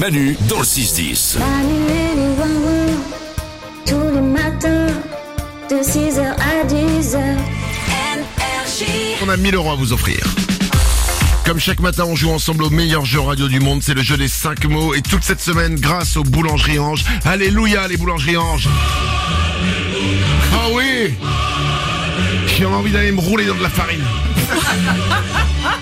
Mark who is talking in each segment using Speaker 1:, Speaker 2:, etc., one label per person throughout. Speaker 1: Manu dans le 6-10.
Speaker 2: Allumer les bonbons tous les matins de 6h à 10h.
Speaker 3: On a 1000 euros à vous offrir. Comme chaque matin, on joue ensemble au meilleur jeu radio du monde. C'est le jeu des 5 mots. Et toute cette semaine, grâce aux boulangeries Ange. Alléluia, les boulangeries Ange. Ah oui J'ai envie d'aller me rouler dans de la farine. Ah.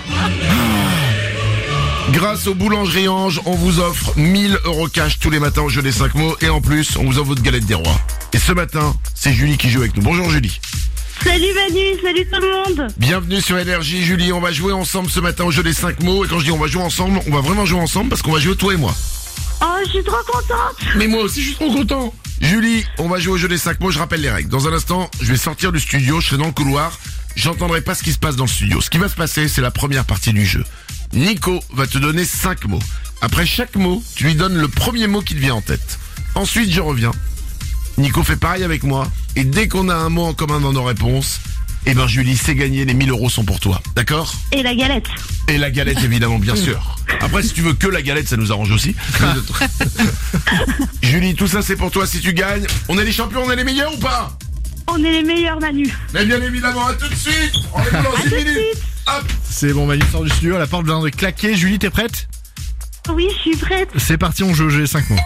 Speaker 3: Grâce aux boulangeries Ange, on vous offre 1000 euros cash tous les matins au jeu des 5 mots. Et en plus, on vous offre votre galette des rois. Et ce matin, c'est Julie qui joue avec nous. Bonjour Julie.
Speaker 4: Salut Manu, salut tout le monde
Speaker 3: Bienvenue sur Énergie, Julie. On va jouer ensemble ce matin au jeu des 5 mots. Et quand je dis on va jouer ensemble, on va vraiment jouer ensemble parce qu'on va jouer toi et moi.
Speaker 4: Oh, je suis trop contente
Speaker 3: Mais moi aussi, je suis trop content. Julie, on va jouer au jeu des 5 mots. Je rappelle les règles. Dans un instant, je vais sortir du studio. Je serai dans le couloir. J'entendrai pas ce qui se passe dans le studio. Ce qui va se passer, c'est la première partie du jeu. Nico va te donner 5 mots. Après chaque mot, tu lui donnes le premier mot qui te vient en tête. Ensuite, je reviens. Nico fait pareil avec moi. Et dès qu'on a un mot en commun dans nos réponses, eh ben Julie, c'est gagné. Les 1000 euros sont pour toi. D'accord
Speaker 4: Et la galette
Speaker 3: et la galette, évidemment, bien sûr. Après, si tu veux que la galette, ça nous arrange aussi. Julie, tout ça c'est pour toi si tu gagnes. On est les champions, on est les meilleurs ou pas
Speaker 4: On est les meilleurs Manu
Speaker 3: Mais bien évidemment, à tout de suite On est dans
Speaker 4: tout de
Speaker 3: 10 minutes
Speaker 4: suite.
Speaker 3: Hop
Speaker 5: C'est bon, Manu sort du studio, la porte vient de claquer. Julie, t'es prête
Speaker 4: Oui, je suis prête
Speaker 5: C'est parti, on joue, j'ai 5 mots.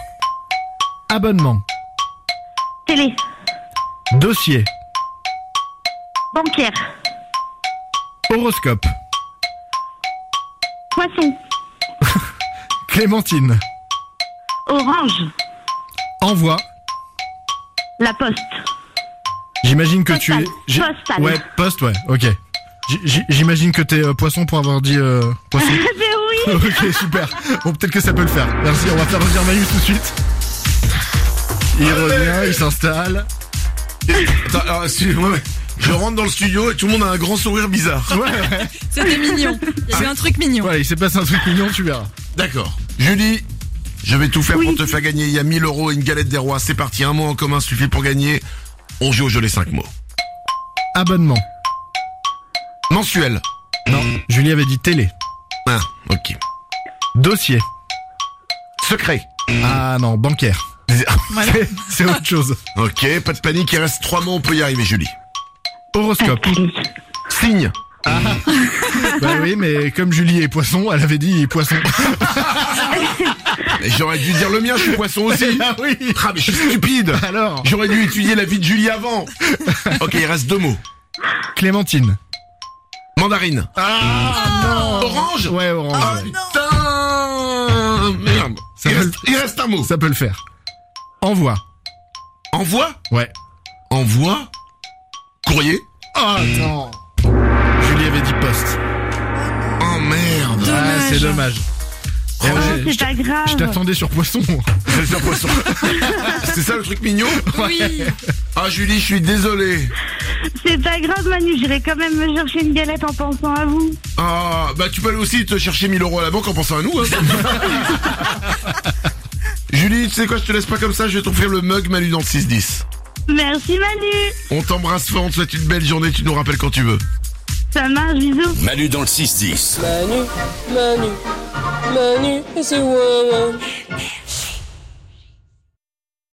Speaker 5: Abonnement,
Speaker 4: Télé,
Speaker 5: dossier,
Speaker 4: bancaire,
Speaker 5: horoscope,
Speaker 4: poisson,
Speaker 5: clémentine,
Speaker 4: orange,
Speaker 5: envoi.
Speaker 4: la poste, Ah,
Speaker 5: J'imagine que tu es.
Speaker 4: Postal.
Speaker 5: j'ai-
Speaker 4: Postal.
Speaker 5: Ouais, poste, ouais, ok. J- j- J'imagine que t'es euh, poisson pour avoir dit euh, poisson.
Speaker 4: Mais ben oui
Speaker 5: ok, super. Bon, peut-être que ça peut le faire. Merci, on va faire revenir Manu tout de suite. Il revient, il s'installe.
Speaker 3: Attends, alors, excuse-moi, mais je rentre dans le studio et tout le monde a un grand sourire bizarre.
Speaker 5: Ouais, ouais.
Speaker 6: C'était mignon. Il y a eu un truc mignon.
Speaker 5: Voilà, il s'est passé un truc mignon, tu verras.
Speaker 3: D'accord. Julie, je vais tout faire pour
Speaker 4: Oui.
Speaker 3: te faire gagner. Il y a 1000 euros et une galette des rois. C'est parti, un mot en commun suffit pour gagner. On joue au jeu les 5 mots.
Speaker 5: Abonnement.
Speaker 3: Mensuel.
Speaker 5: Non, Julie avait dit télé.
Speaker 3: Ah, ok.
Speaker 5: Dossier.
Speaker 3: Secret.
Speaker 5: Ah non, bancaire. C'est- C'est autre chose.
Speaker 3: Ok, pas de panique, il reste trois mots, on peut y arriver, Julie.
Speaker 5: Horoscope. Eh,
Speaker 3: Signe.
Speaker 5: Bah oui, mais comme Julie est poisson, elle avait dit poisson.
Speaker 3: Mais J'aurais dû dire le mien, je suis poisson aussi.
Speaker 5: ah oui
Speaker 3: Ah, mais je suis stupide.
Speaker 5: Alors
Speaker 3: J'aurais dû étudier la vie de Julie avant. ok, il reste deux mots.
Speaker 5: Clémentine.
Speaker 3: Mandarine.
Speaker 5: Ah
Speaker 3: Orange.
Speaker 5: Ouais, orange. ouais.
Speaker 3: Putain. Merde.
Speaker 5: Ça
Speaker 3: il,
Speaker 5: va
Speaker 3: reste, il reste un mot.
Speaker 5: Ça peut le faire. Envoi.
Speaker 3: Envoi.
Speaker 5: Ouais.
Speaker 3: Envoi. Courrier.
Speaker 5: Oh non Julie avait dit poste.
Speaker 3: Oh merde.
Speaker 5: Ah, c'est dommage. Ah,
Speaker 3: Oh,
Speaker 4: Oh,
Speaker 5: je-
Speaker 4: C'est pas
Speaker 5: Je
Speaker 4: grave
Speaker 5: t'attendais sur poisson.
Speaker 3: j'ai- j'ai un poisson. C'est ça le truc mignon.
Speaker 6: Oui.
Speaker 3: Ah Julie, je suis désolé.
Speaker 4: C'est pas grave Manu, j'irai quand même me chercher une galette en pensant à vous
Speaker 3: Ah bah tu peux aller aussi te chercher 1000 euros à la banque en pensant à nous. hein. Julie, tu sais quoi, je te laisse pas comme ça, je vais t'offrir le mug Manu dans le 6-10.
Speaker 4: Merci Manu
Speaker 3: On t'embrasse fort, on te souhaite une belle journée, tu nous rappelles quand tu veux.
Speaker 4: Ça marche, bisous
Speaker 1: Manu dans le 6-10.
Speaker 7: Manu, Manu, Manu, et c'est ouin ouin.